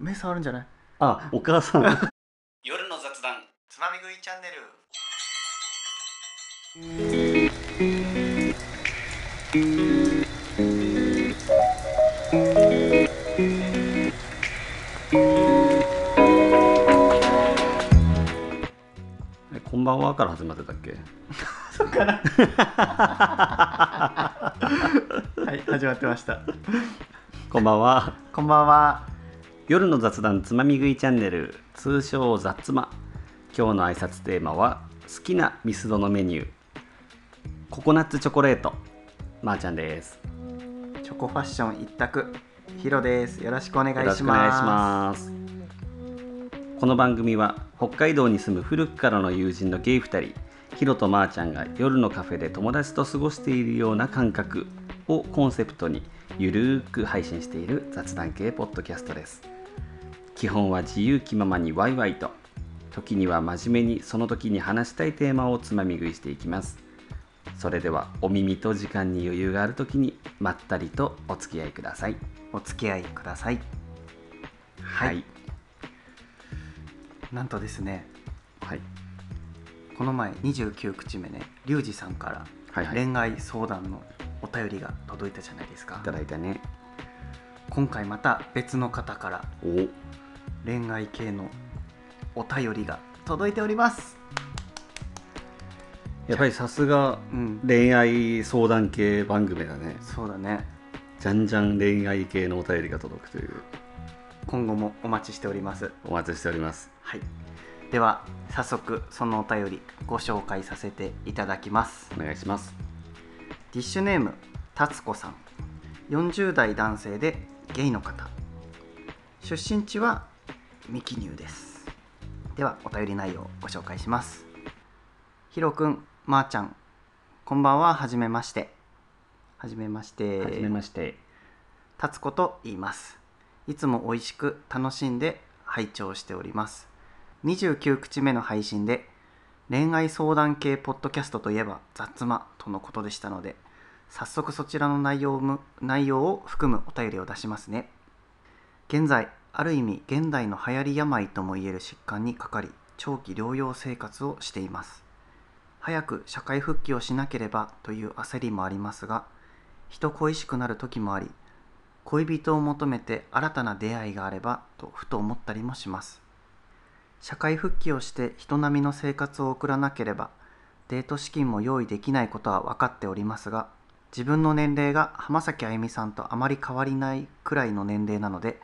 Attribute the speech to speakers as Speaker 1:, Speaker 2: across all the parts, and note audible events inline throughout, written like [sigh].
Speaker 1: 目触るんじゃない
Speaker 2: あお母さん [laughs]
Speaker 3: 夜の雑談
Speaker 4: つまみ食いチャンネル
Speaker 2: えこんばんはから始まってたっけ
Speaker 1: はい始まってました
Speaker 2: こんばんは
Speaker 1: こんばんは
Speaker 2: 夜の雑談つまみ食いチャンネル通称雑ま今日の挨拶テーマは好きなミスドのメニューココナッツチョコレートまー、ちゃんです
Speaker 1: チョコファッション一択ヒロですよろしくお願いします
Speaker 2: よろしくお願いしますこの番組は北海道に住む古くからの友人のゲイ2人ヒロとまーちゃんが夜のカフェで友達と過ごしているような感覚をコンセプトにゆるーく配信している雑談系ポッドキャストです基本は自由気ままにワイワイと時には真面目にその時に話したいテーマをつまみ食いしていきますそれではお耳と時間に余裕がある時にまったりとお付き合いください
Speaker 1: お付き合いください
Speaker 2: はい、
Speaker 1: なんとですね
Speaker 2: はい
Speaker 1: この前29口目ねリュウジさんから
Speaker 2: はいはい、い
Speaker 1: 恋愛相談のお便りが届いたじゃないですか
Speaker 2: ただいたね。
Speaker 1: 今回また別の方から
Speaker 2: お
Speaker 1: 恋愛系のお便りが届いております
Speaker 2: やっぱりさすが
Speaker 1: うん
Speaker 2: 恋愛相談系番組だね。
Speaker 1: そうだね
Speaker 2: じゃんじゃん恋愛系のお便りが届くという
Speaker 1: 今後もお待ちしております
Speaker 2: お待ちしております。
Speaker 1: はいでは早速そのお便りご紹介させていただきます
Speaker 2: お願いします。
Speaker 1: ディッシュネームたつこさん40代男性でゲイの方出身地は未記入ですではお便り内容をご紹介しますひろくんまー、ちゃんこんばんははじめましてはじめまして
Speaker 2: はじめまして。
Speaker 1: タツコと言いますいつも美味しく楽しんで拝聴しております29口目の配信で恋愛相談系ポッドキャストといえば雑魔とのことでしたので早速そちらの内容をむ内容を含むお便りを出しますね現在ある意味現代の流行り病ともいえる疾患にかかり長期療養生活をしています早く社会復帰をしなければという焦りもありますが人恋しくなる時もあり恋人を求めて新たな出会いがあればとふと思ったりもします社会復帰をして人並みの生活を送らなければデート資金も用意できないことは分かっておりますが自分の年齢が浜崎あゆみさんとあまり変わりないくらいの年齢なので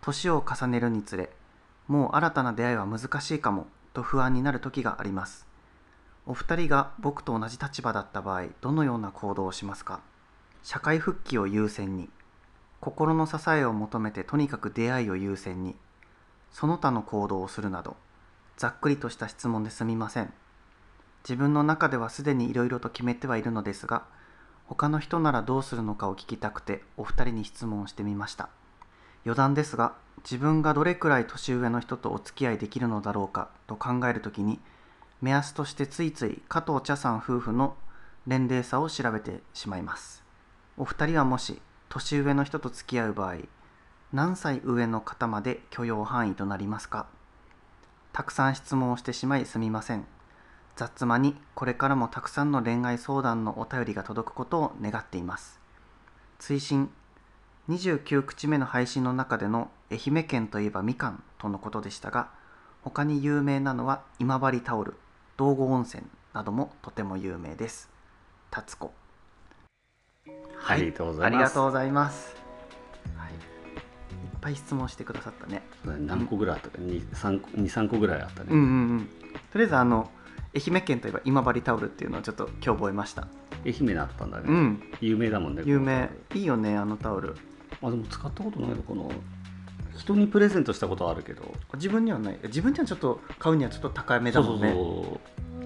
Speaker 1: 年を重ねるにつれもう新たな出会いは難しいかもと不安になる時がありますお二人が僕と同じ立場だった場合どのような行動をしますか社会復帰を優先に心の支えを求めてとにかく出会いを優先にその他の行動をするなどざっくりとした質問ですみません自分の中ではすでにいろいろと決めてはいるのですが他の人ならどうするのかを聞きたくてお二人に質問してみました余談ですが自分がどれくらい年上の人とお付き合いできるのだろうかと考えるときに目安としてついつい加藤茶さん夫婦の年齢差を調べてしまいますお二人はもし年上の人と付き合う場合何歳上の方まで許容範囲となりますかたくさん質問をしてしまいすみません雑間にこれからもたくさんの恋愛相談のお便りが届くことを願っています追伸29口目の配信の中での愛媛県といえばみかんとのことでしたが他に有名なのは今治タオル道後温泉などもとても有名ですタツコ
Speaker 2: ありがとうござ
Speaker 1: あ
Speaker 2: い
Speaker 1: り
Speaker 2: ま
Speaker 1: が
Speaker 2: す。
Speaker 1: とうございます
Speaker 2: はい
Speaker 1: いっぱい質問してくださったね。
Speaker 2: そうだね何個ぐらいあったか、二三個二三個ぐらいあったね。
Speaker 1: うんうんうん。とりあえずあの愛媛県といえば今治タオルっていうのをちょっと今日覚えました。
Speaker 2: 愛媛だったんだね。
Speaker 1: うん。
Speaker 2: 有名だもんね。
Speaker 1: 有名。いいよねあのタオル。
Speaker 2: この。あでも使ったことないのかな。人にプレゼントしたことはあるけど。
Speaker 1: 自分にはない。自分にはちょっと買うにはちょっと高めだもんね。
Speaker 2: そう。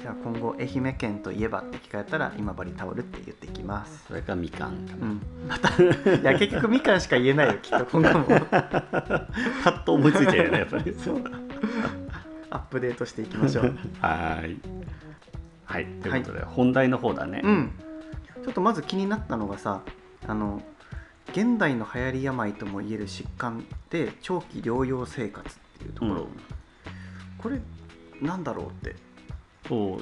Speaker 1: じゃあ今後愛媛県といえばって聞かれたら今治タオルって言っていきます。
Speaker 2: それかみかんか
Speaker 1: う
Speaker 2: な。
Speaker 1: ん。またいや結局みかんしか言えないよきっと今後も
Speaker 2: パッと思いついちゃうよねやっぱり。そう。
Speaker 1: アップデートしていきましょう。
Speaker 2: はーい。はい、ということで、本題の方だね。
Speaker 1: うん、ちょっとまず気になったのがさあの現代の流行り病ともいえる疾患で長期療養生活っていうところ、これなんだろうって、
Speaker 2: そう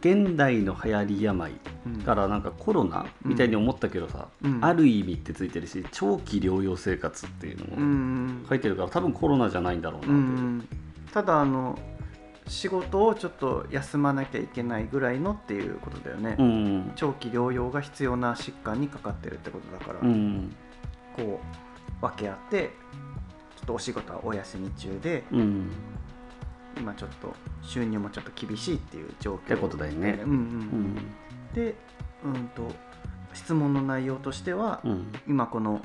Speaker 2: 現代の流行り病
Speaker 1: うん
Speaker 2: からなんかコロナみたいに思ったけどさ、
Speaker 1: うん
Speaker 2: ある意味ってついてるし長期療養生活っていう
Speaker 1: う
Speaker 2: のも
Speaker 1: ん
Speaker 2: 書いてるから多分コロナじゃないんだろうなって
Speaker 1: う、ん、ただあの仕事をちょっと休まなきゃいけないぐらいのっていうことだよね、
Speaker 2: うん
Speaker 1: 長期療養が必要な疾患にかかってるってことだから、
Speaker 2: うん
Speaker 1: こう分け合ってちょっとお仕事はお休み中で
Speaker 2: うん、
Speaker 1: 今ちょっと収入もちょっと厳しいっていう状況
Speaker 2: ってことだよね
Speaker 1: うんうん
Speaker 2: うん
Speaker 1: でうんと質問の内容としては、
Speaker 2: うん
Speaker 1: 今この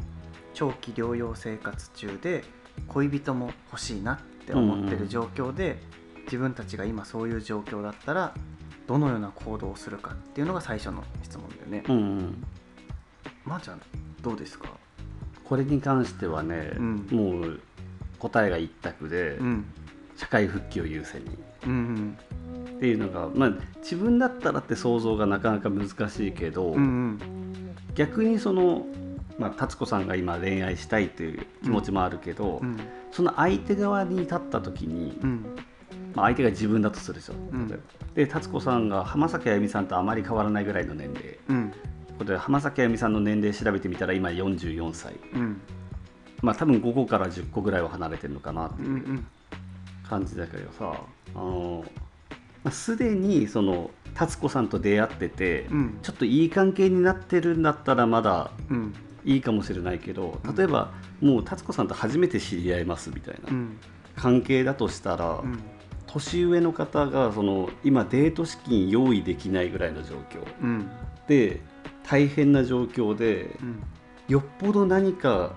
Speaker 1: 長期療養生活中で恋人も欲しいなって思ってる状況で、自分たちが今そういう状況だったらどのような行動をするかっていうのが最初の質問だよね。
Speaker 2: うんうん
Speaker 1: まー、ちゃんどうですか、
Speaker 2: これに関してはね、
Speaker 1: うん
Speaker 2: もう答えが一択で、
Speaker 1: うん
Speaker 2: 社会復帰を優先に
Speaker 1: うん
Speaker 2: っていうのが、まあ、自分だったらって想像がなかなか難しいけ
Speaker 1: う
Speaker 2: ど、
Speaker 1: んうん
Speaker 2: 逆にその、まあ、達子さんが今恋愛したいという気持ちもあるけど、
Speaker 1: うん
Speaker 2: その相手側に立った時に、
Speaker 1: うん
Speaker 2: まあ、相手が自分だとするでしょ、
Speaker 1: ん
Speaker 2: 例えばで達子さんが浜崎あゆみさんとあまり変わらないぐらいの年齢
Speaker 1: うん
Speaker 2: これ浜崎あゆみさんの年齢調べてみたら今44歳
Speaker 1: うん
Speaker 2: まあ多分5個から10個ぐらいは離れてるのかなって
Speaker 1: う
Speaker 2: い
Speaker 1: んう
Speaker 2: うん感じだけどさあの、まあ、すでにその達子さんと出会ってて、
Speaker 1: うん
Speaker 2: ちょっといい関係になってるんだったらまだ
Speaker 1: うん
Speaker 2: いいかもしれないけど例えばもう達子さんと初めて知り合いますみたいな
Speaker 1: うん
Speaker 2: 関係だとしたら、
Speaker 1: うん
Speaker 2: 年上の方がその今デート資金用意できないぐらいの状況
Speaker 1: うん
Speaker 2: で大変な状況で
Speaker 1: うん
Speaker 2: よっぽど何か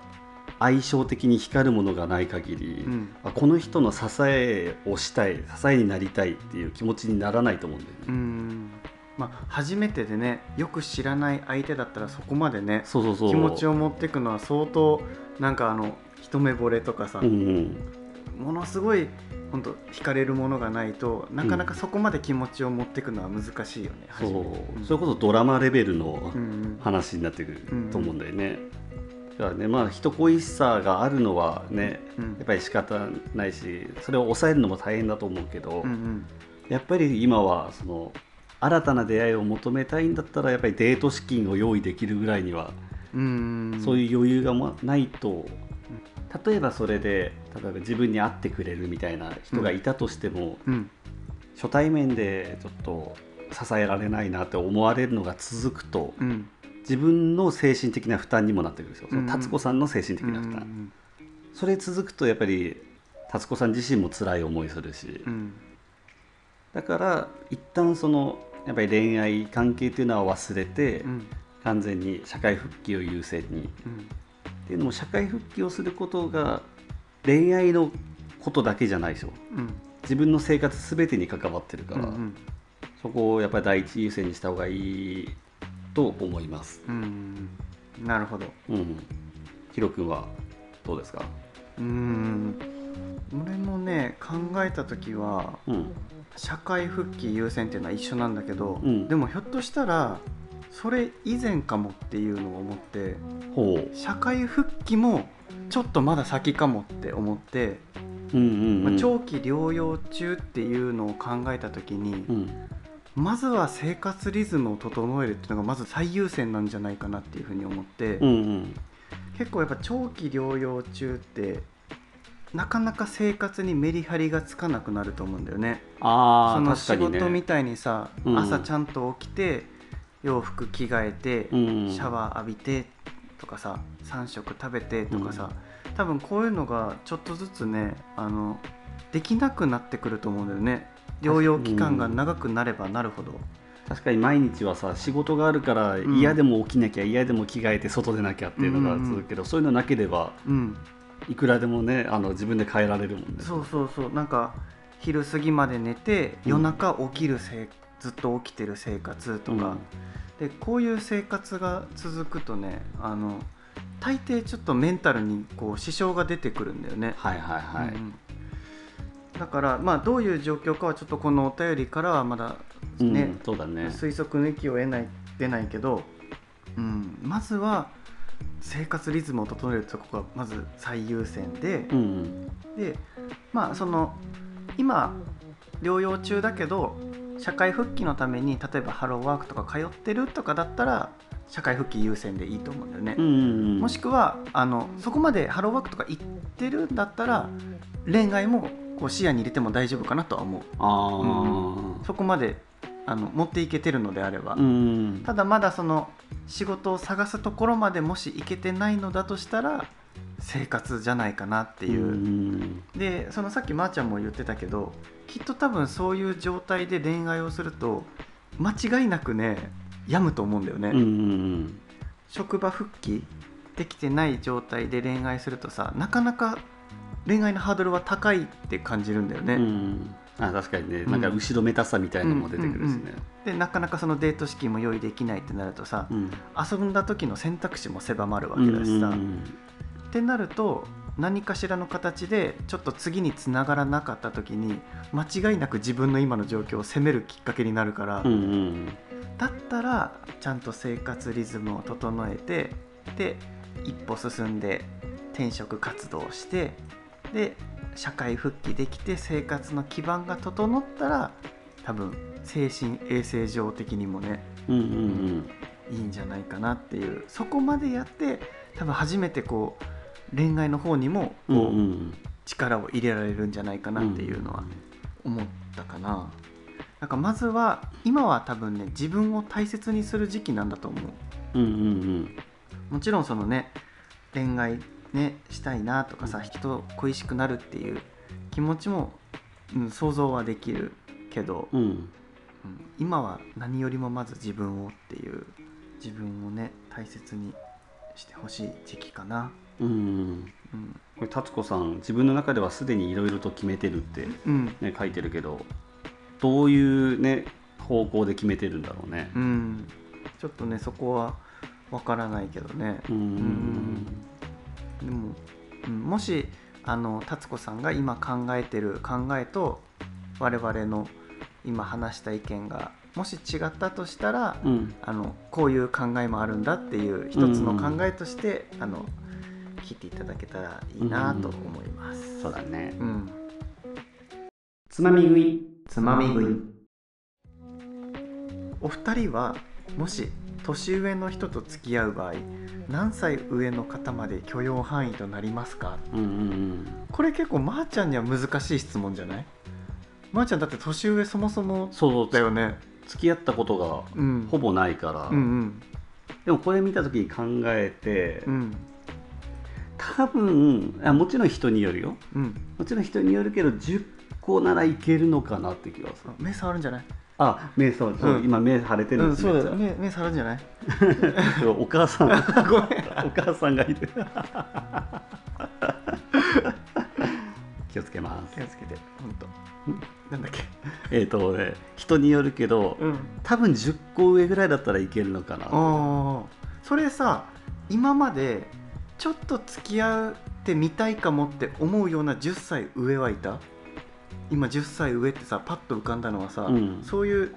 Speaker 2: 相性的に光るものがない限り、
Speaker 1: うん
Speaker 2: あこの人の支えをしたい支えになりたいっていう気持ちにならないと思うんだよね。
Speaker 1: うんまあ初めてでねよく知らない相手だったらそこまでね
Speaker 2: そうそうそう
Speaker 1: 気持ちを持っていくのは相当なんかあの一目惚れとかさ、
Speaker 2: うんうん
Speaker 1: ものすごい本当惹かれるものがないとなかなかそこまで気持ちを持っていくのは難しいよね、
Speaker 2: そう
Speaker 1: 初めて
Speaker 2: それこそドラマレベルの
Speaker 1: うんうん
Speaker 2: 話になってくると思うんだよね。だからねまあ人恋しさがあるのはね
Speaker 1: うん
Speaker 2: やっぱり仕方ないしそれを抑えるのも大変だと思うけど、
Speaker 1: うんうん
Speaker 2: やっぱり今はその新たな出会いを求めたいんだったらやっぱりデート資金を用意できるぐらいには、
Speaker 1: うんうん
Speaker 2: そういう余裕がまないと例えばそれで例えば自分に会ってくれるみたいな人がいたとしても、
Speaker 1: うん
Speaker 2: 初対面でちょっと支えられないなって思われるのが続くと
Speaker 1: うん
Speaker 2: 自分の精神的な負担にもなってくるんですよ、そ
Speaker 1: うん
Speaker 2: の達子さんの精神的
Speaker 1: うんう
Speaker 2: な負担、
Speaker 1: ん
Speaker 2: それ続くとやっぱり達子さん自身も辛い思いするし、
Speaker 1: うん
Speaker 2: だから一旦そのやっぱり恋愛関係っていうのは忘れて、
Speaker 1: うん
Speaker 2: 完全に社会復帰を優先に
Speaker 1: うん
Speaker 2: っていうのも社会復帰をすることが恋愛のことだけじゃないでしょ
Speaker 1: うん
Speaker 2: 自分の生活全てに関わってるから、
Speaker 1: うん
Speaker 2: そこをやっぱり第一優先にした方がいいと思います
Speaker 1: うんなるほど
Speaker 2: うんヒロ君はどうですか
Speaker 1: うん俺もね考えた時は
Speaker 2: うん
Speaker 1: 社会復帰優先っていうのは一緒なんだけど、
Speaker 2: うん
Speaker 1: でもひょっとしたらそれ以前かもっていうのを思って
Speaker 2: ほう
Speaker 1: 社会復帰もちょっとまだ先かもって思って、
Speaker 2: うんうんうん、
Speaker 1: まあ長期療養中っていうのを考えた時に、
Speaker 2: うん
Speaker 1: まずは生活リズムを整えるっていうのがまず最優先なんじゃないかなっていうふうに思って、
Speaker 2: うんうん
Speaker 1: 結構やっぱ長期療養中ってなかなか生活にメリハリがつかなくなると思うんだよね。
Speaker 2: あ
Speaker 1: そ
Speaker 2: あ
Speaker 1: の
Speaker 2: 確か
Speaker 1: 仕
Speaker 2: にね
Speaker 1: 事みたいにさ、
Speaker 2: うん
Speaker 1: 朝ちゃんと起きて洋服着替えて、
Speaker 2: うん
Speaker 1: シャワー浴びてとかさ3食食べてとかさ、多分こういうのがちょっとずつねあのできなくなってくると思うんだよね療養期間が長くなればなるほど、
Speaker 2: 確かに毎日はさ仕事があるから
Speaker 1: ん
Speaker 2: 嫌でも起きなきゃ、嫌でも着替えて外出なきゃっていうのが続くけど、そういうのなければ
Speaker 1: うん、
Speaker 2: いくらでもねあの自分で変えられるもんね
Speaker 1: そうそうそうなんか昼過ぎまで寝て
Speaker 2: うん
Speaker 1: 夜中起きるせい、ずっと起きてる生活とか、でこういう生活が続くとねあの大抵ちょっとメンタルにこう支障が出てくるんだよね。
Speaker 2: はいはいはい、
Speaker 1: うんだから、まあ、どういう状況かはちょっとこのお便りからはまだ、
Speaker 2: うん
Speaker 1: ね
Speaker 2: そうだね
Speaker 1: 推測の域を得ない出ないけど、うん、まずは生活リズムを整えるとこがまず最優先で
Speaker 2: う、ん
Speaker 1: でまあその今療養中だけど社会復帰のために例えばハローワークとか通ってるとかだったら社会復帰優先でいいと思うんだよね
Speaker 2: うんう、ん
Speaker 1: もしくはあのそこまでハローワークとか行ってるんだったら恋愛もこう視野に入れても大丈夫かなとは思う
Speaker 2: ああ
Speaker 1: そこまであの持っていけてるのであれば、
Speaker 2: うん
Speaker 1: ただまだその仕事を探すところまでもし行けてないのだとしたら生活じゃないかなっていう、
Speaker 2: うん
Speaker 1: でそのさっきまーちゃんも言ってたけどきっと多分そういう状態で恋愛をすると間違いなくね病むと思うんだよね、
Speaker 2: うんうん
Speaker 1: 職場復帰できてない状態で恋愛するとさなかなか恋愛のハードルは高いって感じるんだよね、
Speaker 2: うんあ確かにね
Speaker 1: うん
Speaker 2: なんか後ろめたさみたいなのも出てくるしね
Speaker 1: でなかなかそのデート資金も用意できないってなるとさ
Speaker 2: うん
Speaker 1: 遊んだ時の選択肢も狭まるわけ
Speaker 2: うん
Speaker 1: だ
Speaker 2: う
Speaker 1: しさ、
Speaker 2: ん
Speaker 1: ってなると何かしらの形でちょっと次につながらなかった時に間違いなく自分の今の状況を責めるきっかけになるから、
Speaker 2: うんうん
Speaker 1: だったらちゃんと生活リズムを整えてで一歩進んで転職活動をしてで社会復帰できて生活の基盤が整ったら多分精神衛生上的にもね
Speaker 2: うんうん
Speaker 1: いいんじゃないかなっていうそこまでやって多分初めてこう恋愛の方にも
Speaker 2: うん
Speaker 1: こ
Speaker 2: う
Speaker 1: うん力を入れられるんじゃないかなっていうのは思ったかな。なんかまずは今は多分ね自分を大切にする時期なんだと思う
Speaker 2: うんうん
Speaker 1: もちろんそのね恋愛ねしたいなとかさ人恋しくなるっていう気持ちも、うん、想像はできるけど、
Speaker 2: うんうん
Speaker 1: うん今は何よりもまず自分をっていう自分をね大切にしてほしい時期かな、
Speaker 2: うん
Speaker 1: うん
Speaker 2: これ達子さん自分の中ではすでにいろいろと決めてるって、
Speaker 1: うん
Speaker 2: ね、書いてるけどどういうね方向で決めてるんだろうね
Speaker 1: うん、ちょっとねそこはわからないけどね
Speaker 2: う、ん
Speaker 1: でも、うん、もしあの達子さんが今考えてる考えと我々の今話した意見がもし違ったとしたら、
Speaker 2: うん
Speaker 1: あのこういう考えもあるんだっていう一つの考えとして、あの聞いていただけたらいいなと思います。
Speaker 2: そうだね
Speaker 1: うん
Speaker 2: つまみ食い
Speaker 1: つまみ食いお二人はもし年上の人と付き合う場合何歳上の方まで許容範囲となりますか
Speaker 2: うんうんうん
Speaker 1: これ結構まーちゃんには難しい質問じゃないまーちゃんだって年上そもそも
Speaker 2: そう
Speaker 1: だよね
Speaker 2: 付き合ったことが
Speaker 1: うん
Speaker 2: ほぼないから、
Speaker 1: うん
Speaker 2: でもこれ見た時に考えて、
Speaker 1: うんうん
Speaker 2: 多分あもちろん人によるよ
Speaker 1: うん
Speaker 2: もちろん人によるけど10個ならいけるのかなって気がする
Speaker 1: あ目触るんじゃない
Speaker 2: あ目そうそう、
Speaker 1: うん
Speaker 2: 今目腫れてるんですね
Speaker 1: よ目目触るんじゃない [laughs]
Speaker 2: そう [laughs] お母さんお
Speaker 1: ごめん
Speaker 2: 母さんがいる [laughs] 気をつけます
Speaker 1: 気をつけて本当
Speaker 2: ん
Speaker 1: なんだっけ
Speaker 2: えっ、とね人によるけど、
Speaker 1: うん
Speaker 2: 多分10個上ぐらいだったらいけるのかな
Speaker 1: あーそれさ今までちょっと付き合ってみたいかもって思うような10歳上はいた今10歳上ってさパッと浮かんだのはさ、
Speaker 2: うん
Speaker 1: そういう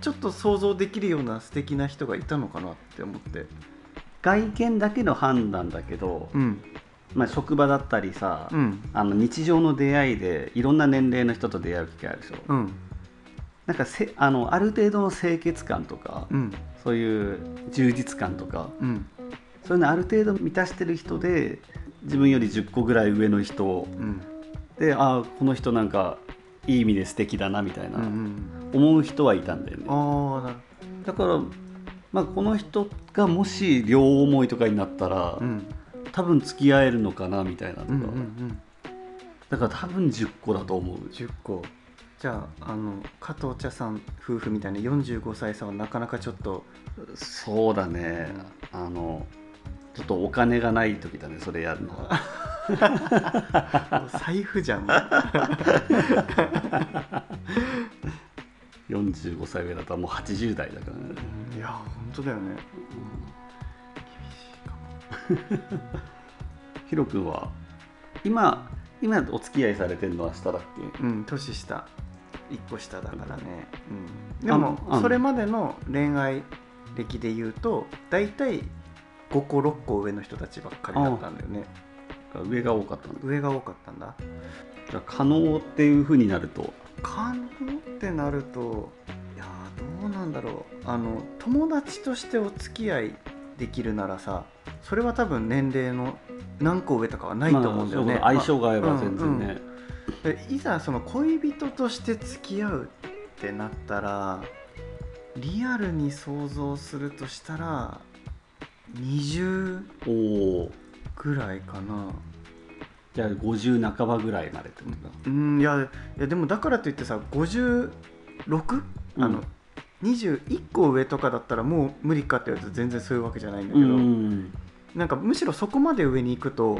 Speaker 1: ちょっと想像できるような素敵な人がいたのかなって思って
Speaker 2: 外見だけの判断だけど、
Speaker 1: うん
Speaker 2: まあ、職場だったりさ、
Speaker 1: うん
Speaker 2: あの日常の出会いでいろんな年齢の人と出会う機会あるでしょ、
Speaker 1: うん
Speaker 2: なんかせあのある程度の清潔感とか、
Speaker 1: うん
Speaker 2: そういう充実感とか
Speaker 1: うん
Speaker 2: そういうのある程度満たしてる人で自分より10個ぐらい上の人
Speaker 1: うん
Speaker 2: でああこの人なんかいい意味で素敵だなみたいな、
Speaker 1: うんうん
Speaker 2: 思う人はいたんだよね
Speaker 1: ああなる
Speaker 2: だから、まあ、この人がもし両思いとかになったら、
Speaker 1: うん
Speaker 2: 多分付き合えるのかなみたいなと
Speaker 1: う
Speaker 2: か、
Speaker 1: んうんうん
Speaker 2: だから多分10個だと思う
Speaker 1: 10個じゃああの加藤茶さん夫婦みたいな45歳差はなかなかちょっと
Speaker 2: そうだねあのちょっとお金がない時だねそれやるの
Speaker 1: [laughs]
Speaker 2: は
Speaker 1: 財布じゃんもう
Speaker 2: 45歳上だともう80代だからね
Speaker 1: いや本当だよね
Speaker 2: ヒロ君は今今お付き合いされてるのは下だっけ
Speaker 1: うん年下1個下だからね、うん、で
Speaker 2: あ
Speaker 1: も
Speaker 2: あの
Speaker 1: それまでの恋愛歴で言うと大体5個6個上の人たちばっかりだったんだよね
Speaker 2: が上が多かったの
Speaker 1: 上が多かったんだ
Speaker 2: じゃあ可能っていうふうになると
Speaker 1: 可能ってなるといやーどうなんだろうあの友達としてお付き合いできるならさそれは多分年齢の何個上とかはないと思うんだよね、
Speaker 2: まあそういうこと相性が合えば全然ね、
Speaker 1: まあでいざその恋人として付き合うってなったらリアルに想像するとしたら20
Speaker 2: おお
Speaker 1: ぐらいかな
Speaker 2: じゃあ50半ばぐらいまでってことだ
Speaker 1: うんいやいやでもだからといってさ 56? あの、
Speaker 2: うん
Speaker 1: 21個上とかだったらもう無理かって言われると全然そういうわけじゃないんだ
Speaker 2: う
Speaker 1: け
Speaker 2: ん
Speaker 1: ど、
Speaker 2: うん
Speaker 1: なんかむしろそこまで上に行くと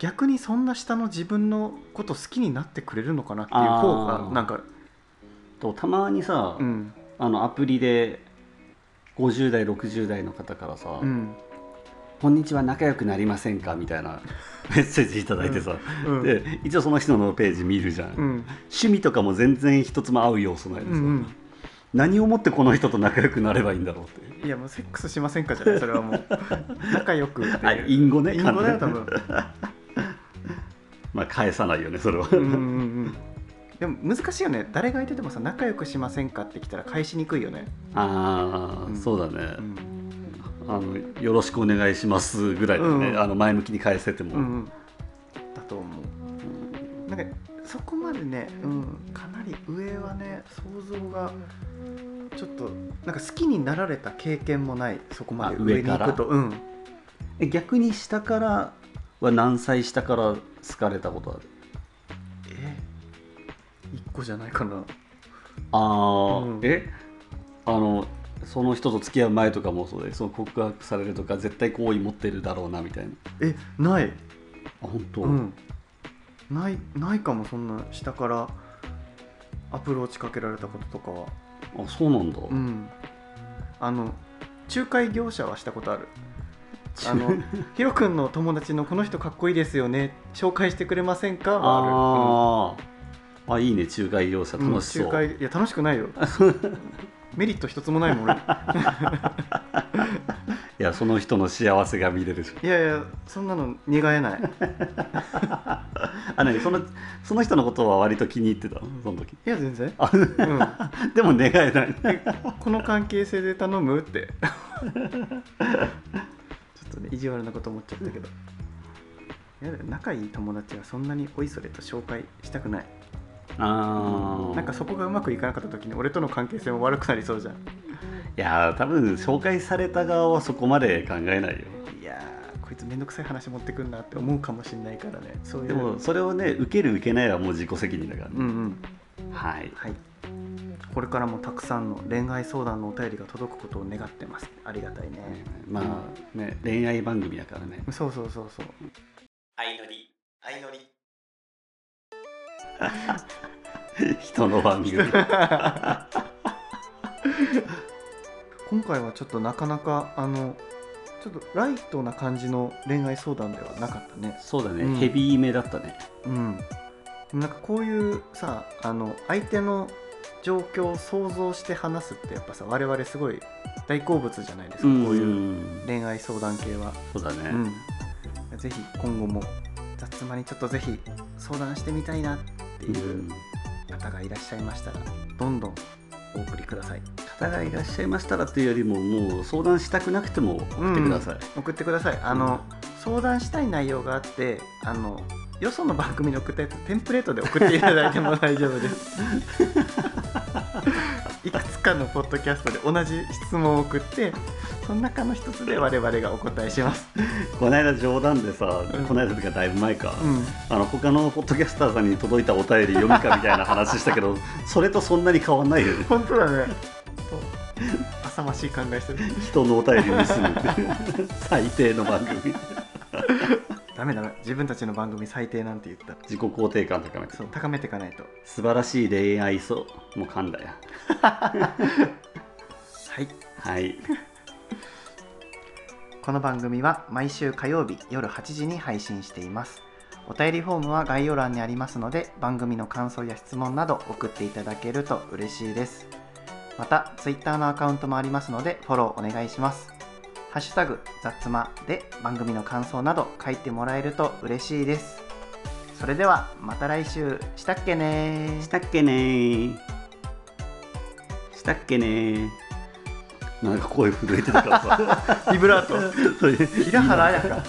Speaker 1: 逆にそんな下の自分のこと好きになってくれるのかなっていう方
Speaker 2: あ
Speaker 1: が
Speaker 2: ー
Speaker 1: なんか
Speaker 2: とたまにさ、
Speaker 1: うん
Speaker 2: あのアプリで50代60代の方からさ「
Speaker 1: うん
Speaker 2: こんにちは仲良くなりませんか?」みた
Speaker 1: [laughs]
Speaker 2: いなメッセージいただいてさ、
Speaker 1: うん
Speaker 2: で一応その人のページ見るじゃん、
Speaker 1: うん
Speaker 2: 趣味とかも全然一つも合う要素ないです
Speaker 1: う
Speaker 2: よ、
Speaker 1: ん
Speaker 2: 何をもってこの人と仲良くなればいいんだろうっていう
Speaker 1: うん、いやもうセックスしませんかじゃないそれは
Speaker 2: [laughs]
Speaker 1: もう仲良くって
Speaker 2: あ
Speaker 1: いう
Speaker 2: 隠語ね
Speaker 1: 隠語だよ多
Speaker 2: 完全に
Speaker 1: 分
Speaker 2: まあ返さないよねそれは、
Speaker 1: うんうんうんでも難しいよね誰がいててもさ仲良くしませんかって来たら返しにくいよね、
Speaker 2: ああ、
Speaker 1: うん
Speaker 2: そうだね、
Speaker 1: うん
Speaker 2: あの「よろしくお願いします」ぐらいでね、
Speaker 1: うん
Speaker 2: あの前向きに返せても、
Speaker 1: うんうん、だと思うなんかそこまでね、うん、かなり上はね想像がちょっとなんか好きになられた経験もないそこまで
Speaker 2: あ上
Speaker 1: 上に行くとうん
Speaker 2: え逆に下からは何歳下から好かれたことある
Speaker 1: え1個じゃないかな
Speaker 2: ああ、
Speaker 1: うん
Speaker 2: えあのその人と付き合う前とかもそうでその告白されるとか絶対好意持ってるだろうなみたいな
Speaker 1: えない
Speaker 2: あ本当、
Speaker 1: うん、ないないかもそんな下からアプローチかけられたこととかは
Speaker 2: あそうなんだ、
Speaker 1: うんあの仲介業者はしたことあるあ
Speaker 2: [laughs]
Speaker 1: のヒロ君の友達のこの人かっこいいですよね紹介してくれませんかはあ
Speaker 2: あー、あいいね仲介業者
Speaker 1: る、うん
Speaker 2: 楽しそう、
Speaker 1: 仲介いや楽しくない
Speaker 2: [laughs]
Speaker 1: よメリット一つもないもん俺
Speaker 2: いやその人の幸せが見れるし
Speaker 1: いやいやそんなの苦えない
Speaker 2: あ何そのその人のことは割と気に入ってたのその時
Speaker 1: いや全然、
Speaker 2: あ
Speaker 1: うん、
Speaker 2: でも願え
Speaker 1: [laughs]
Speaker 2: ない
Speaker 1: この関係性で頼むって [laughs] ちょっとね意地悪なこと思っちゃったけどいやだよ仲いい友達はそんなにおいそれと紹介したくない
Speaker 2: あ
Speaker 1: なんかそこがうまくいかなかった時に俺との関係性も悪くなりそうじゃん
Speaker 2: いやー多分紹介された側はそこまで考えないよ
Speaker 1: いやーこいつめんどくさい話持ってくんなって思うかもしんないからねそういう
Speaker 2: でもそれをね受ける受けないはもう自己責任だから
Speaker 1: うんう
Speaker 2: ね、
Speaker 1: ん
Speaker 2: はい
Speaker 1: はいこれからもたくさんの恋愛相談のお便りが届くことを願ってますありがたいね
Speaker 2: まあね恋愛番組だからね
Speaker 1: そうそうそうそう
Speaker 3: 相乗り相乗り
Speaker 2: [laughs] 人の
Speaker 1: [laughs]
Speaker 2: 番組
Speaker 1: 今回はちょっとなかなかあのちょっとライトな感じの恋愛相談ではなかったね
Speaker 2: そうだね、
Speaker 1: うん
Speaker 2: ヘビーめだったね
Speaker 1: うんなんかこういうさあの相手の状況を想像して話すってやっぱさ我々すごい大好物じゃないですか、こういう
Speaker 2: うん
Speaker 1: 恋愛相談系は、
Speaker 2: そうだね、
Speaker 1: うん、ぜひ今後も雑間にちょっとぜひ相談してみたいなって
Speaker 2: う
Speaker 1: いうん方がいらっしゃいましたらどんどんお送りください
Speaker 2: 方がいらっしゃいましたらというよりももう相談したくなくても送ってください、
Speaker 1: 送ってくださいあの、相談したい内容があってあのよその番組に送ったやつテンプレートで送っていただいても大丈夫です [laughs] いくつかのポッドキャストで同じ質問を送ってその中の一つで我々がお答えします、
Speaker 2: この間冗談でさ、
Speaker 1: うん
Speaker 2: この間とかだいぶ前
Speaker 1: う
Speaker 2: か、
Speaker 1: ん、
Speaker 2: あの他のポッドキャスターさんに届いたお便り読みかみたいな話したけど [laughs] それとそんなに変わんないよね
Speaker 1: 本当だねそう浅ましい考えしてる
Speaker 2: 人のお便りを盗む [laughs] っていう最低の番組
Speaker 1: ダメダメ自分たちの番組最低なんて言った
Speaker 2: 自己肯定感高めて
Speaker 1: そう高めていかないと
Speaker 2: 素晴らしい恋愛そうもう噛んだよ
Speaker 1: はい
Speaker 2: はい
Speaker 1: この番組は毎週火曜日夜8時に配信していますお便りフォームは概要欄にありますので番組の感想や質問など送っていただけると嬉しいですまた Twitter のアカウントもありますのでフォローお願いしますハッシュタグ雑まで番組の感想など書いてもらえると嬉しいです。それではまた来週したっけねー。
Speaker 2: したっけねーしたっけねーなん
Speaker 1: [laughs]
Speaker 2: か声震えてたからさ
Speaker 1: ビブラ
Speaker 2: それ
Speaker 1: 平原やか。